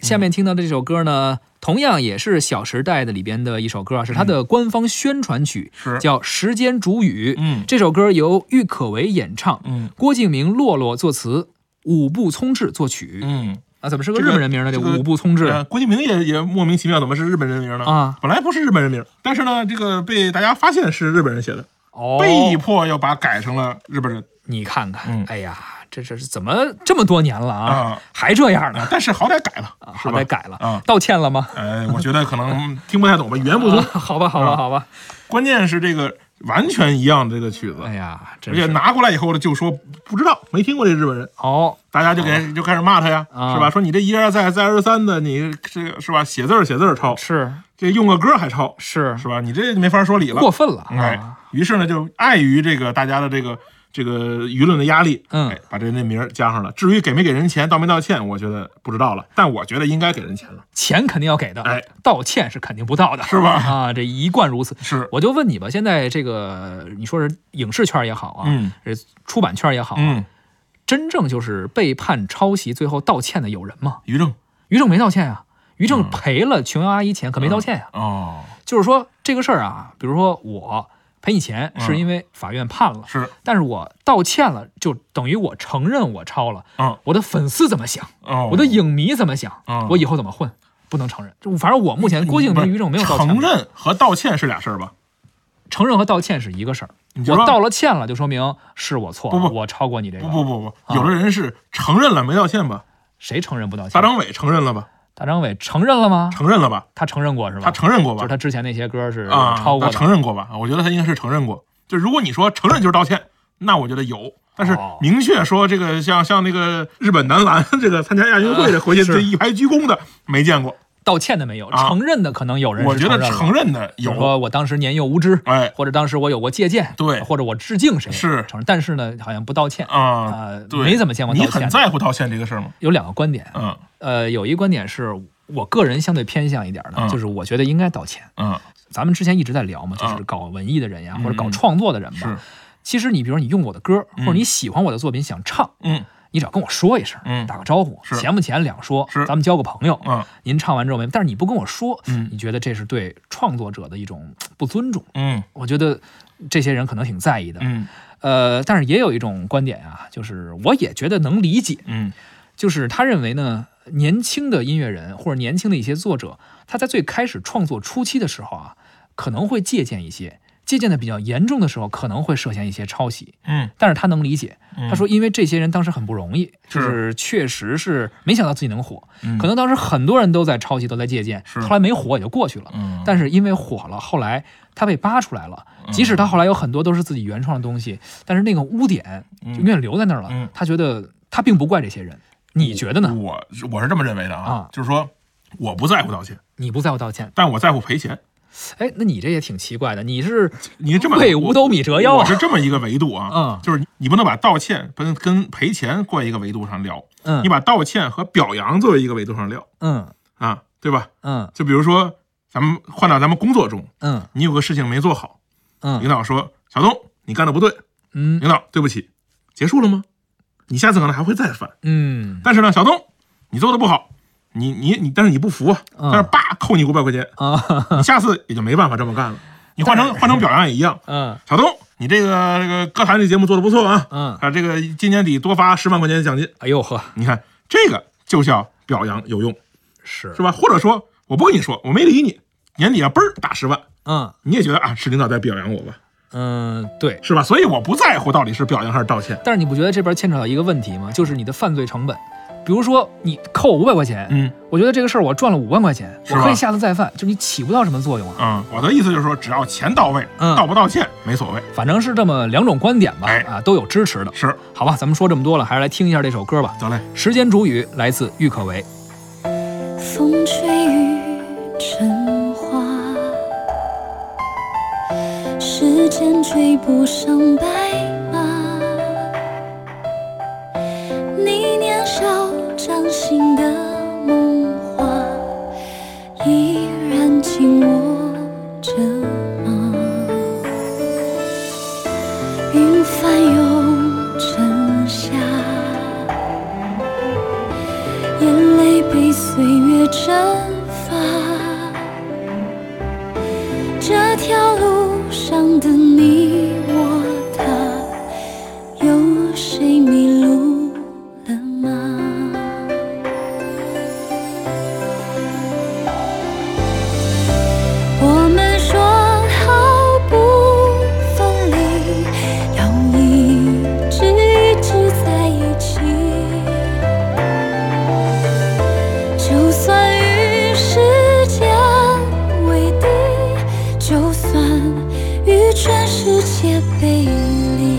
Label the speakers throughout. Speaker 1: 下面听到的这首歌
Speaker 2: 嗯
Speaker 1: 呢，同样也是《小时代》的里边的一首歌啊，是它的官方宣传曲，
Speaker 2: 是
Speaker 1: 叫《时间煮雨》。
Speaker 2: 嗯
Speaker 1: 这首歌由郁可唯演唱，
Speaker 2: 嗯
Speaker 1: 郭敬明、洛洛作词，五步聪智作曲。
Speaker 2: 嗯，
Speaker 1: 啊，怎么是个
Speaker 2: 这
Speaker 1: 日
Speaker 2: 个
Speaker 1: 本人名呢？这
Speaker 2: 这个
Speaker 1: 五步聪智
Speaker 2: 呃郭敬明也也莫名其妙，怎么是日本人名呢？
Speaker 1: 啊，
Speaker 2: 本来不是日本人名，但是呢，这个被大家发现是日本人写的，
Speaker 1: 哦，
Speaker 2: 被迫要把改成了日本人
Speaker 1: 你看看
Speaker 2: 嗯，
Speaker 1: 哎呀，这这是怎么这么多年了啊，
Speaker 2: 啊。
Speaker 1: 还这样呢
Speaker 2: 啊？但是好歹改了
Speaker 1: 啊，
Speaker 2: 是
Speaker 1: 好
Speaker 2: 吧
Speaker 1: 歹？改了，
Speaker 2: 啊，
Speaker 1: 道歉了吗？
Speaker 2: 哎，我觉得可能听不太懂吧，语言不
Speaker 1: 啊
Speaker 2: 通。
Speaker 1: 好吧，好吧，
Speaker 2: 啊
Speaker 1: 好吧。
Speaker 2: 关键是这个完全一样的这个曲子，
Speaker 1: 哎呀，
Speaker 2: 而
Speaker 1: 真
Speaker 2: 且
Speaker 1: 是
Speaker 2: 拿过来以后呢，就说不知道，没听过这日本人，
Speaker 1: 哦，
Speaker 2: 大家就给就开始骂他呀，
Speaker 1: 啊
Speaker 2: 是吧？说你这一而再再而三的，你这是吧？写字儿写字儿抄，
Speaker 1: 是
Speaker 2: 这用个歌还抄，
Speaker 1: 是
Speaker 2: 是吧？你这没法说理了
Speaker 1: 过。分了
Speaker 2: 哎
Speaker 1: 啊！，
Speaker 2: 于是呢，就碍于这个大家的这个这个舆论的压力，
Speaker 1: 嗯
Speaker 2: 哎，把这那名儿加上了。至于给没给人钱，道没道歉，我觉得不知道了，但我觉得应该给人钱了，
Speaker 1: 钱肯定要给的，
Speaker 2: 哎，
Speaker 1: 道歉是肯定不到的，
Speaker 2: 是吧
Speaker 1: 啊，这一贯如此。
Speaker 2: 是，
Speaker 1: 我就问你吧，现在这个你说是影视圈也好啊，
Speaker 2: 嗯
Speaker 1: 呃，出版圈也好啊，
Speaker 2: 嗯，
Speaker 1: 真正就是被判抄袭最后道歉的有人吗？
Speaker 2: 于正
Speaker 1: 于正没道歉啊，于
Speaker 2: 嗯
Speaker 1: 正赔了琼瑶阿姨钱，可没道歉呀、
Speaker 2: 哦，
Speaker 1: 就是说这个事儿啊，比如说我赔你钱，
Speaker 2: 嗯
Speaker 1: 是因为法院判了，
Speaker 2: 是，
Speaker 1: 但是我道歉了，就等于我承认我抄了。
Speaker 2: 嗯，
Speaker 1: 我的粉丝怎么想？
Speaker 2: 哦，
Speaker 1: 我的影迷怎么想？
Speaker 2: 嗯
Speaker 1: 我以后怎么混？不能承认。这反正我目前郭敬
Speaker 2: 不是
Speaker 1: 明、于正没有道歉，
Speaker 2: 承认和道歉是俩事儿吧？
Speaker 1: 承认和道歉是一个事儿。
Speaker 2: 你觉
Speaker 1: 我
Speaker 2: 得吧
Speaker 1: 道了歉了，就说明是我错了，
Speaker 2: 不不
Speaker 1: 我超过你这
Speaker 2: 不
Speaker 1: 个。
Speaker 2: 不不
Speaker 1: 啊
Speaker 2: 不，有的人是承认了没道歉吧？
Speaker 1: 谁承认不道歉？
Speaker 2: 大张伟承认了吧？
Speaker 1: 大张伟承认了吗？
Speaker 2: 承认了吧？
Speaker 1: 他承认过是吧？
Speaker 2: 他承认过
Speaker 1: 就是
Speaker 2: 吧？
Speaker 1: 他之前那些歌是
Speaker 2: 啊，
Speaker 1: 超过
Speaker 2: 他
Speaker 1: 的。
Speaker 2: 承认过吧？我觉得他应该是承认过。就如果你说承认就是道歉，那我觉得有。但是
Speaker 1: 哦
Speaker 2: 明确说这个像像那个日本男篮这个参加亚运会的回去
Speaker 1: 呃是
Speaker 2: 这一排鞠躬的没见过，
Speaker 1: 道歉的没有，
Speaker 2: 啊
Speaker 1: 承认的可能有人
Speaker 2: 我
Speaker 1: 是
Speaker 2: 觉得
Speaker 1: 认了
Speaker 2: 承认的
Speaker 1: 比如
Speaker 2: 有，
Speaker 1: 说我当时年幼无知，
Speaker 2: 哎
Speaker 1: 或者当时我有过借鉴，
Speaker 2: 对
Speaker 1: 或者我致敬谁
Speaker 2: 是
Speaker 1: 承认，但是呢，好像不道歉呃
Speaker 2: 啊，对
Speaker 1: 没怎么见过道
Speaker 2: 你
Speaker 1: 歉的。
Speaker 2: 很在乎道歉这个事儿吗？
Speaker 1: 有两个观点，
Speaker 2: 嗯
Speaker 1: 呃，有一个观点是我个人相对偏向一点的，
Speaker 2: 嗯
Speaker 1: 就是我觉得应该道歉。
Speaker 2: 嗯
Speaker 1: 咱们之前一直在聊嘛，就
Speaker 2: 嗯
Speaker 1: 是搞文艺的人呀，或者
Speaker 2: 嗯
Speaker 1: 搞创作的人
Speaker 2: 是
Speaker 1: 吧。其实你比如你用我的歌，或者你喜欢我的作品想唱，
Speaker 2: 嗯
Speaker 1: 你只要跟我说一声，
Speaker 2: 嗯
Speaker 1: 打个招呼，
Speaker 2: 是
Speaker 1: 钱不钱两说，
Speaker 2: 是
Speaker 1: 咱们交个朋友。
Speaker 2: 嗯
Speaker 1: 您唱完之后没，但是你不跟我说，
Speaker 2: 嗯
Speaker 1: 你觉得这是对创作者的一种嘖不尊重？
Speaker 2: 嗯
Speaker 1: 我觉得这些人可能挺在意的。
Speaker 2: 嗯
Speaker 1: 呃，但是也有一种观点啊，就是我也觉得能理解，
Speaker 2: 嗯
Speaker 1: 就是他认为呢，年轻的音乐人或者年轻的一些作者，他在最开始创作初期的时候啊，可能会借鉴一些，借鉴的比较严重的时候，可能会涉嫌一些抄袭。
Speaker 2: 嗯，
Speaker 1: 但是他能理解，
Speaker 2: 嗯
Speaker 1: 他说，因为这些人当时很不容易，就是是确实是没想到自己能火，
Speaker 2: 嗯
Speaker 1: 可能当时很多人都在抄袭，都在借鉴，
Speaker 2: 是
Speaker 1: 后来没火也就过去了。
Speaker 2: 嗯
Speaker 1: 但是因为火了，后来他被扒出来了，即使他后来有很多都是自己原创的东西，但是那个污点就永远留在那儿了。
Speaker 2: 嗯
Speaker 1: 他觉得他并不怪这些人，你觉得呢？
Speaker 2: 我我是这么认为的
Speaker 1: 啊
Speaker 2: 啊，就是说我不在乎道歉，
Speaker 1: 你不在乎道歉，
Speaker 2: 但我在乎赔钱。
Speaker 1: 哎，那你这也挺奇怪的，你是
Speaker 2: 你这么
Speaker 1: 为
Speaker 2: 我
Speaker 1: 五斗米折腰
Speaker 2: 我
Speaker 1: 啊？
Speaker 2: 是这么一个维度啊，
Speaker 1: 嗯
Speaker 2: 就是你不能把道歉跟跟赔钱挂一个维度上聊，
Speaker 1: 嗯
Speaker 2: 你把道歉和表扬作为一个维度上聊
Speaker 1: 嗯
Speaker 2: 啊，对吧？
Speaker 1: 嗯
Speaker 2: 就比如说咱们换到咱们工作中，
Speaker 1: 嗯
Speaker 2: 你有个事情没做好，领
Speaker 1: 嗯
Speaker 2: 导说小东你干的不对，
Speaker 1: 嗯
Speaker 2: 领导对不起，结束了吗？你下次可能还会再犯，
Speaker 1: 嗯
Speaker 2: 但是呢，小东你做的不好，你你你，但是你不服啊，
Speaker 1: 嗯
Speaker 2: 但是叭扣你五百块钱，
Speaker 1: 啊
Speaker 2: 你下次也就没办法这么干了。你换成换成表扬也一样，
Speaker 1: 嗯
Speaker 2: 小东，你这个这个歌坛这节目做的不错啊，
Speaker 1: 嗯，
Speaker 2: 啊，这个今年底多发十万块钱奖金，
Speaker 1: 哎呦呵，
Speaker 2: 你看这个就叫表扬有用，
Speaker 1: 是
Speaker 2: 是吧？或者说我不跟你说，我没理你，年底啊嘣儿打十万，
Speaker 1: 嗯
Speaker 2: 你也觉得啊是领导在表扬我吧，
Speaker 1: 嗯对。
Speaker 2: 是吧？所以我不在乎到底是表扬还是道歉，
Speaker 1: 但是你不觉得这边牵扯到一个问题吗？就是你的犯罪成本，比如说你扣我五百块钱，
Speaker 2: 嗯
Speaker 1: 我觉得这个事儿我赚了五万块钱，
Speaker 2: 是
Speaker 1: 我
Speaker 2: 吧
Speaker 1: 可以下次再犯，就是你起不到什么作用啊。
Speaker 2: 嗯，我的意思就是说，只要钱到位，
Speaker 1: 嗯
Speaker 2: 道不道歉没所谓，
Speaker 1: 反正是这么两种观点吧
Speaker 2: 嗯哎，
Speaker 1: 啊，都有支持的。
Speaker 2: 是
Speaker 1: 好吧，咱们说这么多了，还是来听一下这首歌吧。
Speaker 2: 得嘞。
Speaker 1: 时间煮雨来自郁可唯。
Speaker 3: 风吹雨成花，时间追不上白马。你年少掌心的梦话，依然紧握着吗？云翻涌成夏。眼泪被岁月蒸发。这条路上的你我他，有谁迷路了吗？我们说好不分离，要一直一直在一起。就算与时间为敌，就算与全世界背离。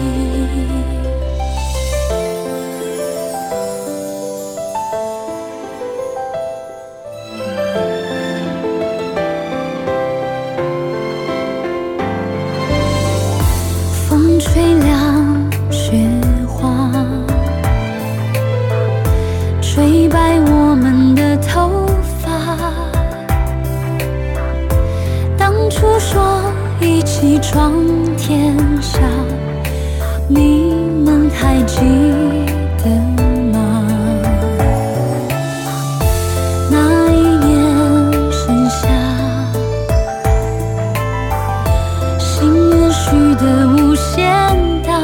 Speaker 3: 风吹凉雪花，吹白我们的头发。当初说一起闯天下，你们还记得吗？那一年盛夏。心愿许的无限大，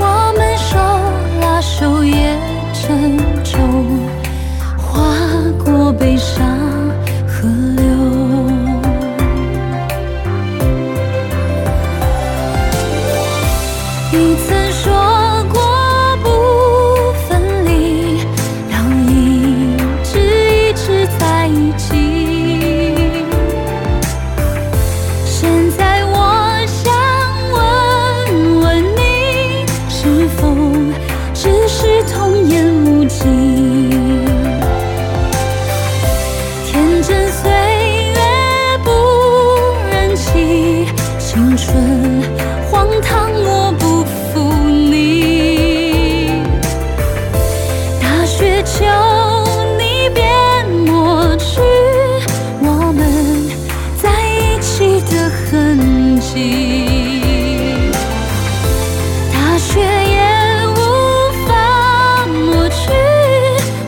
Speaker 3: 我们手拉手也沉重，划过悲伤河流。你曾说过不分离，要一直一直在一起。现在我想问问你，是否只是童言无忌？天真岁月不忍欺，青春荒唐我不负你。大雪求你别抹去我们在一起的痕迹，大雪也无法抹去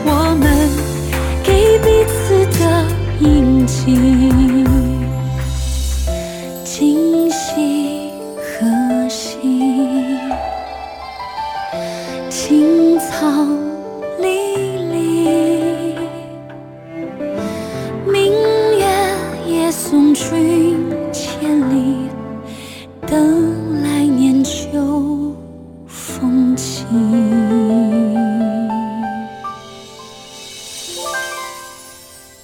Speaker 3: 我们给彼此的印记。今夕何夕？青草离离，明月也送君千里，等来年秋风起。